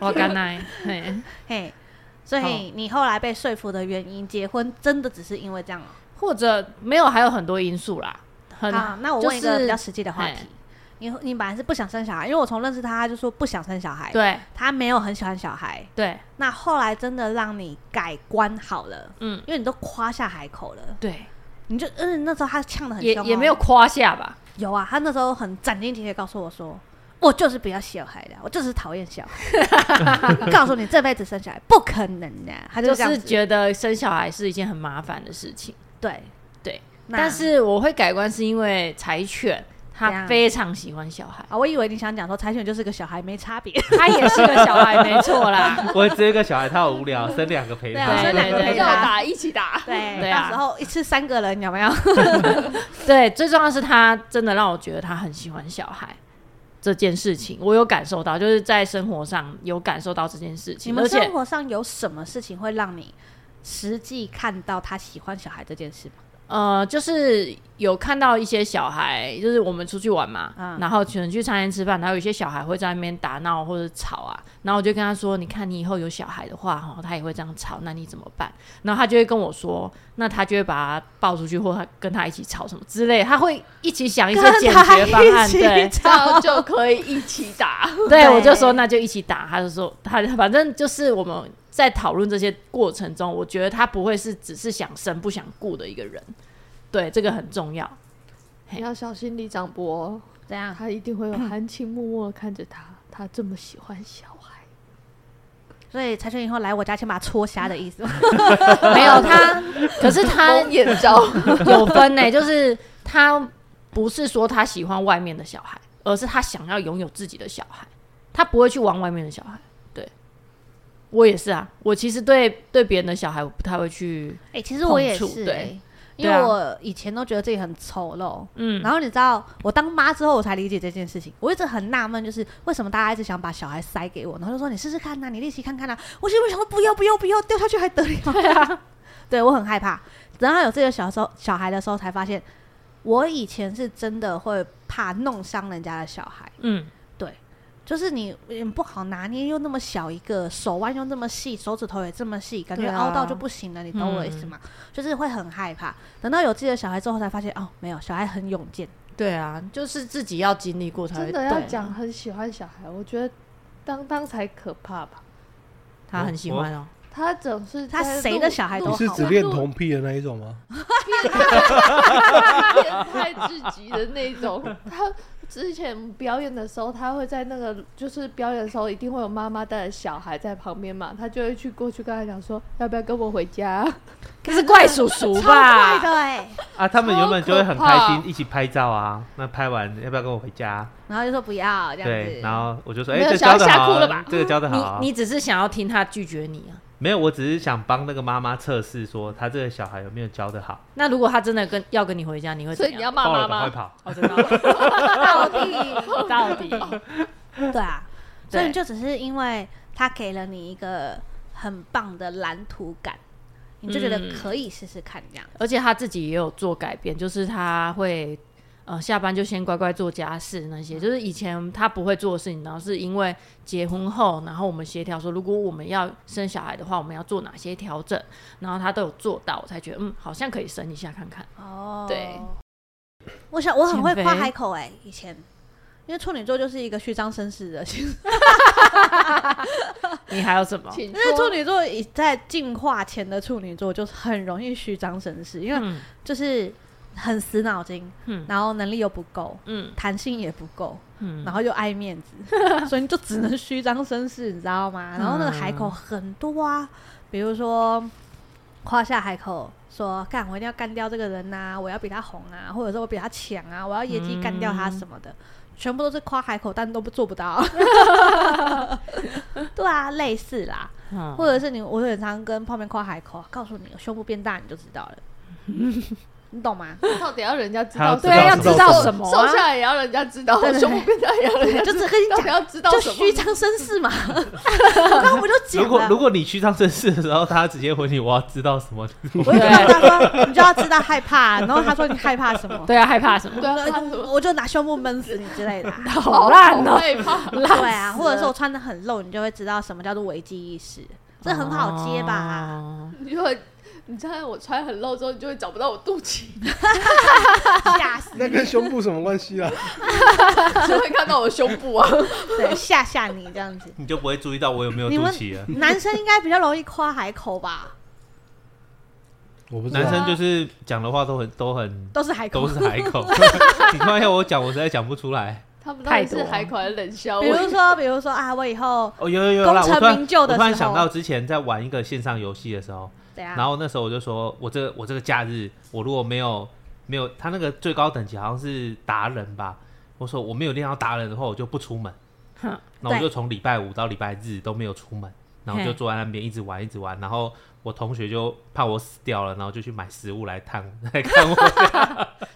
Speaker 2: 我嗯干奶，嘿
Speaker 3: 嘿。所以你后来被说服的原因，结婚真的只是因为这样哦？
Speaker 2: 或者没有，还有很多因素啦，很
Speaker 3: 好，那我
Speaker 2: 就
Speaker 3: 问一个比
Speaker 2: 是
Speaker 3: 较实际的话
Speaker 2: 嘿
Speaker 3: 题。你你本来是不想生小孩，因为我从认识他，他就说不想生小孩，
Speaker 2: 对
Speaker 3: 他没有很喜欢小孩。
Speaker 2: 对，
Speaker 3: 那后来真的让你改观好了，
Speaker 2: 嗯
Speaker 3: 因为你都夸下海口了，
Speaker 2: 对，
Speaker 3: 你就嗯那时候他呛的很
Speaker 2: 也
Speaker 3: 凶、哦，
Speaker 2: 也没有夸下吧，
Speaker 3: 有啊，他那时候很斩钉截铁地告诉我说，我就是不要小孩的，我就是讨厌小孩， 告诉你这辈子生小孩不可能的、他
Speaker 2: 就
Speaker 3: 这样
Speaker 2: 是
Speaker 3: 子
Speaker 2: 觉得生小孩是一件很麻烦的事情。
Speaker 3: 对
Speaker 2: 对，
Speaker 3: 那
Speaker 2: 但是我会改观是因为柴犬
Speaker 3: 怎
Speaker 2: 它
Speaker 3: 样
Speaker 2: 非常喜欢小孩，
Speaker 3: 啊，我以为你想讲说柴犬就是个小孩没差别，
Speaker 2: 它也是个小孩，没错啦。
Speaker 5: 我只有一个小孩，他好无聊，生两个陪
Speaker 3: 对
Speaker 5: 他
Speaker 3: 啊，
Speaker 2: 对
Speaker 3: 生两个
Speaker 2: 对
Speaker 3: 陪
Speaker 2: 对
Speaker 4: 要
Speaker 3: 他。
Speaker 4: 打一 起打，
Speaker 3: 对，
Speaker 2: 对啊
Speaker 3: 到时候一次三个人有没有？
Speaker 2: 对，最重要的是他真的让我觉得他很喜欢小孩这件事情，我有感受到，就是在生活上有感受到这件事
Speaker 3: 你
Speaker 2: 情，而
Speaker 3: 们生
Speaker 2: 且
Speaker 3: 活上有什么事情会让你实际看到他喜欢小孩这件事吗？
Speaker 2: 呃，就是有看到一些小孩，就是我们出去玩嘛，
Speaker 3: 嗯
Speaker 2: 然后可能去餐厅吃饭，然后有一些小孩会在那边打闹或者吵啊，然后我就跟他说：“你看，你以后有小孩的话，哈，他也会这样吵，那你怎么办？”然后他就会跟我说，那他就会把他抱出去，或他跟他一起吵什么之类，他会一起想 一些解决方案，对，
Speaker 4: 这样就可以一起打。
Speaker 2: 对，
Speaker 3: 对
Speaker 2: 我就说那就一起打。他就说 他反正就是我们在讨论这些过程中，我觉得他不会是只是想生不想顾的一个人，对，这个很重要。嘿
Speaker 4: 你要小心李长博哦，
Speaker 3: 这样
Speaker 4: 他一定会有含情脉脉地看着他，他这么喜欢小孩。
Speaker 3: 所以柴犬以后来我家先把它戳瞎的意思吗。
Speaker 2: 嗯没有他， 可是他
Speaker 4: 蒙 眼罩，
Speaker 2: 有分呢、就是他不是说他喜欢外面的小孩，而是他想要拥有自己的小孩，他不会去玩外面的小孩。对，我也是啊，我其实对对别人的小孩，我不太会去，
Speaker 3: 哎、其实我也
Speaker 2: 碰触
Speaker 3: 是、
Speaker 2: 对
Speaker 3: 欸，因
Speaker 2: 对
Speaker 3: 为
Speaker 2: 啊
Speaker 3: 我以前都觉得自己很丑陋。
Speaker 2: 嗯，
Speaker 3: 然后你知道，我当妈之后，我才理解这件事情。我一直很纳闷，就是为什么大家一直想把小孩塞给我，然后就说你试试看呐、你练习看看呐、我心里面想说不要不要不要，掉下去还得了？对啊， 对我很害怕。然后有这个小时候小孩的时候，才发现我以前是真的会怕弄伤人家的小孩。
Speaker 2: 嗯，
Speaker 3: 就是你嗯不好拿捏，又那么小一个，手腕又那么细，手指头也这么细，感觉
Speaker 4: 对啊
Speaker 3: 凹到就不行了，你懂我意思吗？就是会很害怕。等到有自己的小孩之后，才发现哦，没有，小孩很勇健。
Speaker 2: 对啊，就是自己要经历过才
Speaker 4: 真
Speaker 2: 会
Speaker 4: 的要
Speaker 2: 懂
Speaker 4: 讲很喜欢小孩，我觉得当当才可怕吧。
Speaker 2: 他很喜欢哦、
Speaker 4: 他总是
Speaker 3: 他
Speaker 4: 在
Speaker 3: 谁
Speaker 4: 路
Speaker 3: 的小孩都
Speaker 1: 你
Speaker 3: 好
Speaker 4: 路
Speaker 3: 玩
Speaker 1: 是只恋童癖的那一种吗？
Speaker 4: 变态至极的那种。 他之前表演的时候，他会在那个就是表演的时候，一定会有妈妈带着小孩在旁边嘛，他就会去过去跟他讲说，要不要跟我回家？
Speaker 2: 这是怪叔叔
Speaker 3: 超快
Speaker 2: 吧？
Speaker 3: 的哎、
Speaker 5: 啊，他们
Speaker 4: 超
Speaker 5: 原本就会很开
Speaker 4: 可怕
Speaker 5: 心，一起拍照啊。那拍完要不要跟我回家？
Speaker 3: 然后就说不要这样
Speaker 5: 对，
Speaker 3: 子。
Speaker 5: 然后我就说，
Speaker 4: 没
Speaker 5: 哎，
Speaker 4: 有
Speaker 5: 这
Speaker 4: 想要
Speaker 5: 教的好
Speaker 4: 吓哭了
Speaker 5: 啊
Speaker 4: 吧，
Speaker 5: 这个教的好啊
Speaker 2: 你。你只是想要听他拒绝你啊？
Speaker 5: 没有，我只是想帮那个妈妈测试，说他这个小孩有没有教的好。
Speaker 2: 那如果他真的跟要跟你回家，你会
Speaker 4: 所
Speaker 2: 怎
Speaker 4: 以你要
Speaker 2: 样？
Speaker 4: 骂
Speaker 5: 爆
Speaker 4: 妈
Speaker 5: 了赶快
Speaker 4: 妈。
Speaker 5: 跑。
Speaker 2: 哦，真的哦
Speaker 3: 到 底
Speaker 2: 到底
Speaker 3: 对啊，
Speaker 2: 对
Speaker 3: 哦所以就只是因为他给了你一个很棒的蓝图感，你就觉得
Speaker 2: 嗯
Speaker 3: 可以试试看这样。
Speaker 2: 而且他自己也有做改变，就是他会呃下班就先乖乖做家事那些，
Speaker 3: 嗯
Speaker 2: 就是以前他不会做的事情，然后是因为结婚后，然后我们协调说，如果我们要生小孩的话，我们要做哪些调整，然后他都有做到，我才觉得嗯，好像可以生一下看看。
Speaker 3: 哦
Speaker 2: 对，
Speaker 3: 我想我很会
Speaker 2: 减肥
Speaker 3: 欸夸海口哎、以前。因为处女座就是一个虚张声势的星座，
Speaker 2: 你还有什么？
Speaker 4: 请
Speaker 3: 因为处
Speaker 4: 说。
Speaker 3: 女座已在进化前的处女座就是很容易虚张声势，因为
Speaker 2: 嗯
Speaker 3: 就是很死脑筋，
Speaker 2: 嗯
Speaker 3: 然后能力又不够，
Speaker 2: 嗯
Speaker 3: 弹性也不够，
Speaker 2: 嗯，
Speaker 3: 然后又爱面子， 所以你就只能虚张声势，你知道吗？然后那个海
Speaker 2: 嗯
Speaker 3: 口很多啊，比如说夸下海口说干，我一定要干掉这个人呐、我要比他红啊，或者说我比他强啊，我要业绩干掉
Speaker 2: 嗯
Speaker 3: 他什么的，全部都是夸海口，但都不做不到。 对啊，类似啦，
Speaker 2: 嗯
Speaker 3: 或者是你，我很常跟泡面夸海口，告诉你胸部变大你就知 道了，你懂吗？
Speaker 4: 到底要人家知
Speaker 5: 他
Speaker 4: 道
Speaker 5: 要
Speaker 4: 什么？
Speaker 2: 对啊，要知
Speaker 1: 知道
Speaker 2: 道什
Speaker 1: 什
Speaker 2: 么
Speaker 4: 瘦
Speaker 2: 啊？
Speaker 4: 下来也要人家知道，
Speaker 3: 对对对
Speaker 4: 胸部变大也要人家
Speaker 3: 就
Speaker 4: 知
Speaker 3: 是
Speaker 4: 道，
Speaker 3: 跟你
Speaker 4: 到
Speaker 3: 讲
Speaker 4: 底要知道
Speaker 3: 啊就
Speaker 4: 什么？
Speaker 3: 虚张声势 嘛。我刚不就讲啊
Speaker 5: 如
Speaker 3: 了？
Speaker 5: 果如果你虚张声势的时候，他直接回你我要知道什么，
Speaker 3: 我就跟他说，你就要知道害怕。然后他说你害怕什么？
Speaker 2: 对啊，害怕什么？
Speaker 4: 对啊，怕什
Speaker 3: 那
Speaker 4: 么？
Speaker 3: 我就拿胸部闷死你之类 的啊、
Speaker 2: 好烂哦！
Speaker 4: 害怕。
Speaker 3: 对啊，或者是我穿的很露，你就会知道什么叫做危机意识，这很好接吧？
Speaker 2: 哦？
Speaker 4: 你就会， 你知道我穿很露之后，你就会找不到我肚脐，
Speaker 3: 吓死
Speaker 1: 那跟胸部什么关系啊？
Speaker 4: 只会看到我胸部 啊。
Speaker 3: 对，吓吓你这样子。
Speaker 5: 你就不会注意到我有没有
Speaker 3: 你
Speaker 5: 肚
Speaker 3: 们
Speaker 5: 脐了。
Speaker 3: 男生应该比较容易夸海口吧？
Speaker 1: 我不知道
Speaker 5: 男，生就是讲的话都很都很
Speaker 3: 都是海口
Speaker 5: 都。是海口，你突然要我讲，我实在讲不出来。
Speaker 4: 他们到底
Speaker 2: 太多
Speaker 4: 是
Speaker 2: 啊
Speaker 4: 海口还是冷笑？
Speaker 3: 比
Speaker 4: 呃我
Speaker 3: 如说，比如说啊，我以后
Speaker 5: 哦，有有有啦！
Speaker 3: 功
Speaker 5: 我
Speaker 3: 成
Speaker 5: 突然
Speaker 3: 名就的
Speaker 5: 我突然
Speaker 3: 时候
Speaker 5: 想到之前在玩一个线上游戏的时候，
Speaker 3: 怎样？
Speaker 5: 然后那时候我就说，我这我这个假日，我如果没有没有他那个最高等级好像是达人吧，我说我没有练到达人的话，我就不出门。
Speaker 2: 哼
Speaker 5: 那我
Speaker 3: 对
Speaker 5: 就从礼拜五到礼拜日都没有出门，然后
Speaker 2: 嘿
Speaker 5: 就坐在那边一直玩一直玩，然后我同学就怕我死掉了，然后就去买食物来探 来看我。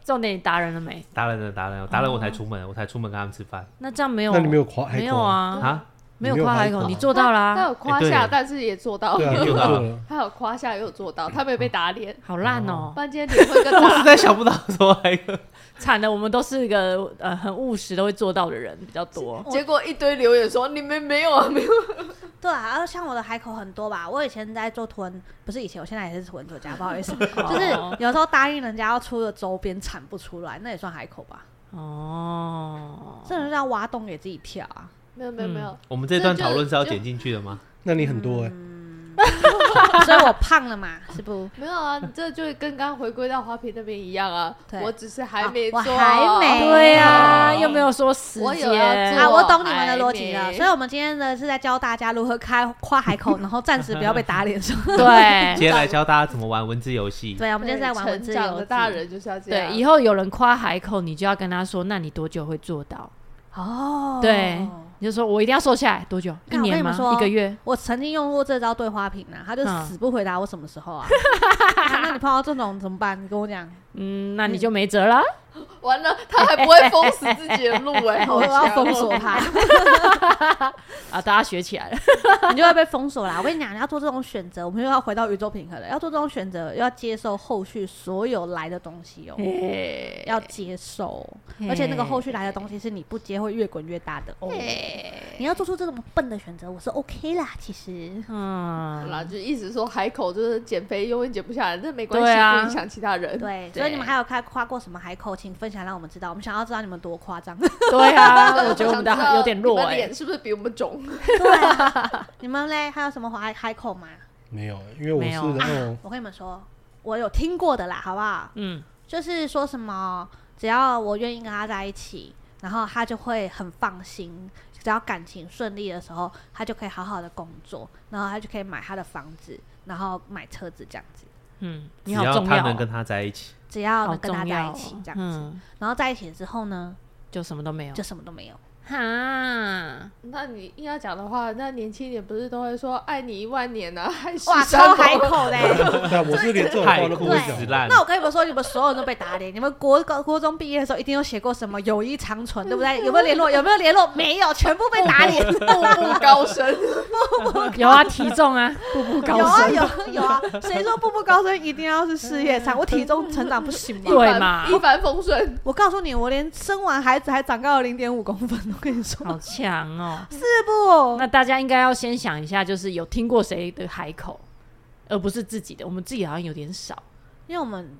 Speaker 2: 重点你打人了没？
Speaker 5: 达人的达人，达人我才出门，我才出门跟他们吃饭
Speaker 2: 那这样没有？
Speaker 1: 那你没有夸海口
Speaker 2: 没有？啊？
Speaker 5: 啊，
Speaker 2: 没
Speaker 1: 你没有
Speaker 2: 夸海
Speaker 1: 夸海
Speaker 2: 口，
Speaker 1: 口
Speaker 2: 你做到
Speaker 4: 他
Speaker 2: 啦
Speaker 4: 有！夸
Speaker 5: 欸
Speaker 4: 下，
Speaker 5: 对
Speaker 4: 但是也做
Speaker 2: 哦
Speaker 4: 到
Speaker 1: 对。啊，
Speaker 5: 有
Speaker 1: 做
Speaker 5: 啊
Speaker 1: 了。
Speaker 4: 他有夸下，也有做到，他没被打脸。
Speaker 2: 好烂哦
Speaker 4: 不！然今天脸会更
Speaker 5: 我实
Speaker 4: 大。
Speaker 5: 在想不到说还有
Speaker 2: 惨了，我们都是一个呃很务实、都会做到的人比较多。
Speaker 4: 结果一堆留言说你们没有啊，没 有。
Speaker 3: 对啊，然后像我的海口很多吧，我以前在做图文，不是以前，我现在也是图文作家，不好意思，就是
Speaker 2: 哦
Speaker 3: 有时候答应人家要出的周边产不出来，那也算海口吧？
Speaker 2: 哦，
Speaker 3: 这就是要挖洞给自己跳啊！
Speaker 4: 没有没有没有，
Speaker 5: 我们这段
Speaker 4: 就
Speaker 5: 讨论是要
Speaker 4: 就
Speaker 5: 剪进去的吗？
Speaker 1: 那你很多哎、
Speaker 2: 嗯
Speaker 3: 所以我胖了嘛，是不？
Speaker 4: 没有啊，你这就跟刚刚回归到花瓶那边一样啊
Speaker 3: 对。
Speaker 4: 我只是还没
Speaker 3: 啊我
Speaker 4: 做，
Speaker 3: 还没
Speaker 2: 对啊，
Speaker 5: 哦
Speaker 2: 又没有说时
Speaker 4: 我有要
Speaker 2: 间
Speaker 4: 做
Speaker 3: 哎啊，我懂你们的逻辑
Speaker 4: 还
Speaker 3: 了。
Speaker 4: 没
Speaker 3: 所以我们今天呢是在教大家如何开夸海口，然后暂时不要被打脸。是吗
Speaker 2: 对
Speaker 5: 今天来教大家怎么玩文字游戏。
Speaker 3: 对啊，我
Speaker 4: 我
Speaker 3: 们今天是在玩文 字
Speaker 4: 长
Speaker 3: 游
Speaker 4: 的
Speaker 3: 戏。
Speaker 4: 大人就是要这样。
Speaker 2: 对，以后有人夸海口，你就要跟他说，那你多久会做到？
Speaker 3: 哦，
Speaker 2: 对你就说我一定要瘦下来，多久？一
Speaker 3: 那我跟
Speaker 2: 年
Speaker 3: 你
Speaker 2: 吗
Speaker 3: 们说？
Speaker 2: 一个月？
Speaker 3: 我曾经用过这招对花瓶啊，他就
Speaker 2: 嗯
Speaker 3: 死不回答我什么时候 啊。那你碰到这种怎么办？你跟我讲，
Speaker 2: 嗯，那你就没辙了。
Speaker 4: 完了，他还不会封死自己的路哎，好
Speaker 3: 我要
Speaker 4: 强哦
Speaker 3: 封锁他。
Speaker 2: 啊，大家学起来了。
Speaker 3: 你就会被封锁啦。我跟你讲，要做这种选择，我们又要回到宇宙平衡了。要做这种选择，又要接受后续所有来的东西哦、
Speaker 2: 嘿
Speaker 3: 要接受，而且那个后续来的东西是你不接会越滚越大的哦。你要做出这种笨的选择，我是 OK 啦。其实
Speaker 4: 好
Speaker 2: 嗯，
Speaker 4: 啦，就一直说海口就是减肥，永远减不下来，这没关系，
Speaker 2: 对啊
Speaker 4: 不影响其他人。
Speaker 3: 嗯对，
Speaker 2: 对
Speaker 3: 所以你们还有看夸过什么海口，请分享让我们知道，我们想要知道你们多夸张。
Speaker 2: 对啊，我觉得我
Speaker 4: 想
Speaker 2: 们
Speaker 4: 知
Speaker 2: 的
Speaker 4: 道
Speaker 2: 有点弱
Speaker 4: 你们
Speaker 2: 哎、
Speaker 4: 脸是不是比我们肿？
Speaker 3: 对啊，你们嘞还有什么海海口吗？
Speaker 1: 没有、因为我
Speaker 2: 没
Speaker 1: 是
Speaker 2: 有
Speaker 1: 那种
Speaker 3: 我跟你们说，我有听过的啦，好不好？
Speaker 2: 嗯，
Speaker 3: 就是说什么，只要我愿意跟他在一起，然后他就会很放心。只要感情顺利的时候，他就可以好好的工作，然后他就可以买他的房子，然后买车子这样子。
Speaker 2: 嗯，
Speaker 5: 只
Speaker 2: 你好
Speaker 5: 要
Speaker 2: 重
Speaker 5: 他
Speaker 2: 要
Speaker 5: 能跟
Speaker 2: 哦，
Speaker 5: 他在一起，
Speaker 3: 只要
Speaker 2: 好
Speaker 3: 能跟他
Speaker 2: 重要
Speaker 3: 在
Speaker 2: 哦，
Speaker 3: 一起这样子，
Speaker 2: 嗯，
Speaker 3: 然后在一起之后呢，
Speaker 2: 就什么都没有
Speaker 3: 就。什么都没有。
Speaker 2: 哈，
Speaker 4: 那你硬要讲的话，那年轻一点不是都会说爱你一万年啊，爱死
Speaker 3: 哇，超
Speaker 4: 山
Speaker 3: 海
Speaker 4: 盟？
Speaker 3: 口嘞！
Speaker 1: 对啊，我是连这种话
Speaker 5: 太
Speaker 1: 都不
Speaker 5: 酷
Speaker 1: 会
Speaker 5: 死
Speaker 1: 讲的。
Speaker 5: 烂。
Speaker 3: 那我跟你们说，你们所有人都被打脸。你们国高国中毕业的时候，一定有写过什么友谊长存，对不对？有没有联络？有没有联络？没有，全部被打脸。
Speaker 4: 步步高升，
Speaker 2: 有啊，体重啊， 步步高
Speaker 3: 有啊
Speaker 2: 升，
Speaker 3: 有啊有啊，谁说步步高升一定要是事业上？我体重成长不行吗？
Speaker 2: 对嘛
Speaker 4: 一帆风顺。
Speaker 3: 我告诉你，我连生完孩子还长高了零点五公分，我跟你说
Speaker 2: 好强哦。
Speaker 3: 是不？
Speaker 2: 那大家应该要先想一下，就是有听过谁的海口，而不是自己的。我们自己好像有点少。
Speaker 3: 因为我们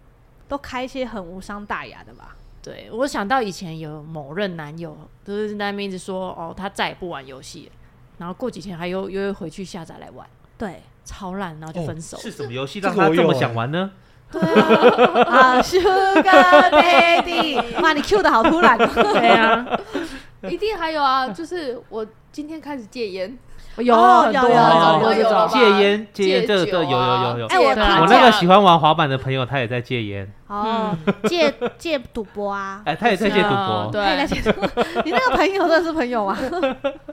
Speaker 3: 都开一些很无伤大雅的吧。
Speaker 2: 对我想到以前有某任男友，就是在那边一直说哦，他再也不玩游戏了，然后过几天他又又会回去下载来玩，
Speaker 3: 对
Speaker 2: 超烂，然后
Speaker 5: 哦
Speaker 2: 就分手。
Speaker 5: 是什么游戏让
Speaker 1: 这个
Speaker 5: 他
Speaker 1: 我
Speaker 5: 这么
Speaker 1: 有欸
Speaker 5: 想玩呢？
Speaker 3: 对啊啊，Sugar Daddy，哇，你 Q 的好突然哦，
Speaker 2: 对啊，
Speaker 4: 一定还有啊，就是我今天开始戒烟，
Speaker 2: 有
Speaker 3: 哦
Speaker 2: 很多
Speaker 3: 有有
Speaker 2: 很多
Speaker 3: 有
Speaker 2: 啊这
Speaker 3: 有
Speaker 2: 种
Speaker 4: 有
Speaker 5: 戒烟，戒
Speaker 4: 戒
Speaker 5: 烟，这
Speaker 4: 酒
Speaker 5: 个这个有有
Speaker 4: 啊
Speaker 5: 有有。
Speaker 3: 哎我
Speaker 4: 戒
Speaker 2: 啊
Speaker 4: 糖
Speaker 5: 我那
Speaker 4: 啊
Speaker 5: 个嗯喜欢玩滑板的朋友，他也在戒烟，
Speaker 3: 哦，戒戒赌博啊，
Speaker 5: 哎，他也在戒赌
Speaker 2: 嗯
Speaker 5: 博，
Speaker 3: 他也在
Speaker 2: 对，
Speaker 3: 戒赌博， 你那个朋友真的是朋友啊，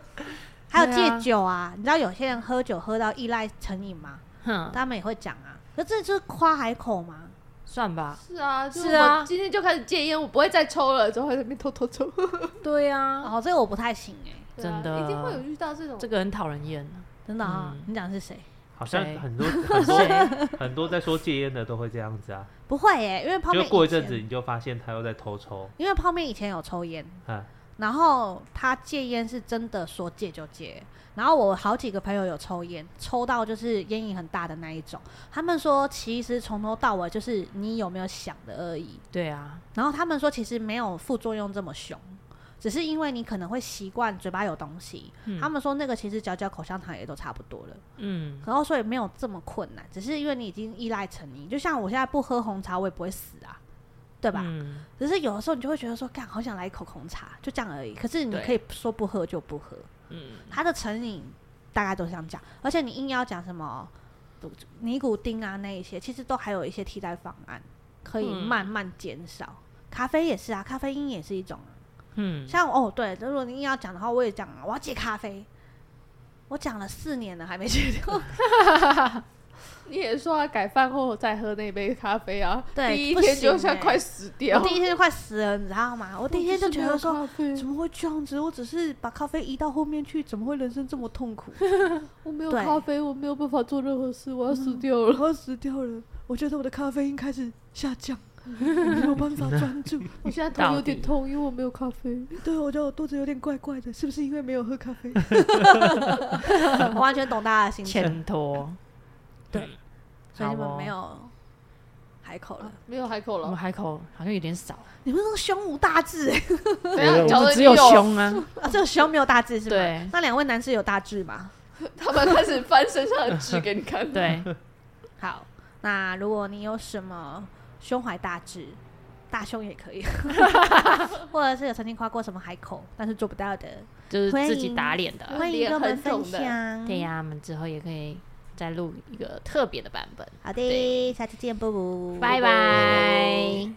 Speaker 3: 还有
Speaker 2: 对啊嗯
Speaker 3: 戒酒啊，你知道有些人喝酒喝到依赖成瘾吗？
Speaker 2: 哼，
Speaker 3: 他们也会讲啊，可这就是夸海口嘛，
Speaker 2: 算吧，
Speaker 4: 是啊，就是
Speaker 2: 啊
Speaker 4: 我今天就开始戒烟，我不会再抽了，之后在那边偷偷抽，
Speaker 2: 对啊，
Speaker 3: 哦，这个我不太行哎，
Speaker 4: 对啊
Speaker 2: 真的
Speaker 4: 一定会有遇到这种
Speaker 2: 这。个很讨人厌。
Speaker 3: 真的啊
Speaker 2: 嗯，
Speaker 3: 你讲的是谁？
Speaker 5: 好像
Speaker 2: 对
Speaker 5: 很多很多
Speaker 2: 谁？
Speaker 5: 很多在说戒烟的都会这样子啊，
Speaker 3: 不会哎，因为泡
Speaker 5: 就
Speaker 3: 面
Speaker 5: 过一
Speaker 3: 以
Speaker 5: 阵
Speaker 3: 前
Speaker 5: 子你就发现他又在偷抽，
Speaker 3: 因为泡面以前有抽烟，
Speaker 5: 啊，
Speaker 3: 然后他戒烟是真的说戒就戒。然后我好几个朋友有抽烟，抽到就是烟瘾很大的那一种。他们说其实从头到尾就是你有没有想的而已。
Speaker 2: 对啊，
Speaker 3: 然后他们说其实没有副作用这么凶，只是因为你可能会习惯嘴巴有东西。
Speaker 2: 嗯
Speaker 3: 他们说那个其实嚼嚼口香糖也都差不多了。
Speaker 2: 嗯，
Speaker 3: 然后所以没有这么困难，只是因为你已经依赖成瘾。就像我现在不喝红茶，我也不会死啊，对吧？
Speaker 2: 嗯
Speaker 3: 只是有的时候你就会觉得说，干，好想来一口红茶，就这样而已。可是你
Speaker 2: 对
Speaker 3: 可以说不喝就不喝，
Speaker 2: 嗯，
Speaker 3: 它的成瘾大概都是这样讲，而且你硬要讲什么毒尼古丁啊那一些，其实都还有一些替代方案可以
Speaker 2: 嗯
Speaker 3: 慢慢减少。咖啡也是啊，咖啡因也是一种啊。
Speaker 2: 嗯，
Speaker 3: 像哦，对，如果你硬要讲的话，我也讲啊，我要戒咖啡，我讲了四年了还没 戒掉。
Speaker 4: 你也说啊，改饭后再喝那杯咖啡啊，
Speaker 3: 对
Speaker 4: 第一
Speaker 3: 不
Speaker 4: 天就
Speaker 3: 行
Speaker 4: 像
Speaker 3: 欸
Speaker 4: 快死
Speaker 3: 我
Speaker 4: 掉。啊
Speaker 3: 第一天就快死了，你知道吗？
Speaker 2: 哦
Speaker 3: 我
Speaker 4: 我
Speaker 3: 第一天就觉得说，
Speaker 4: 说
Speaker 3: 怎么会这样子？我只是把咖啡移到后面去，怎么会人生这么痛苦？
Speaker 4: 我没有
Speaker 3: 对嗯
Speaker 4: 咖啡，我没有办法做任何事，我要死掉了。
Speaker 3: 要死掉了！我觉得我的咖啡因开始下降，我没有办法专注。
Speaker 4: 嗯 我现在
Speaker 2: 到
Speaker 4: 头有点
Speaker 2: 底
Speaker 4: 痛，因为我没有咖啡。
Speaker 3: 对，我觉得我肚子有点怪怪的，是不是因为没有喝咖啡？ 我完全懂大家的心情，
Speaker 2: 欠托，
Speaker 3: 对
Speaker 2: 嗯，
Speaker 3: 所以你
Speaker 2: 好
Speaker 3: 们
Speaker 2: 哦
Speaker 3: 没有海口了，
Speaker 4: 啊没有海口
Speaker 2: 我
Speaker 4: 了
Speaker 2: 们，海口好像有点少，
Speaker 3: 啊你们都胸无大志哎、
Speaker 4: 等
Speaker 1: 我
Speaker 4: 下
Speaker 1: 们
Speaker 4: 讲
Speaker 2: 我们
Speaker 4: 的
Speaker 2: 只有
Speaker 4: 胸，
Speaker 2: 胸啊，
Speaker 3: 啊， 这个胸没有大志是吗？
Speaker 2: 对
Speaker 3: 那两位男士有大志吗？
Speaker 4: 他们开始翻身上的纸给你看。
Speaker 2: 对，
Speaker 3: 好，那如果你有什么胸怀大志，大胸也可以， 或者是有曾经夸过什么海口但是做不到的，
Speaker 2: 就是
Speaker 3: 欢
Speaker 2: 自己
Speaker 3: 迎
Speaker 2: 打脸的啊。
Speaker 3: 欢迎
Speaker 4: 脸
Speaker 3: 跟我们
Speaker 4: 很肿
Speaker 3: 分
Speaker 4: 的
Speaker 3: 享。
Speaker 2: 对呀、我们之后也可以再录一个特别的版本。
Speaker 3: 好的，下次见，布布，
Speaker 2: 拜拜。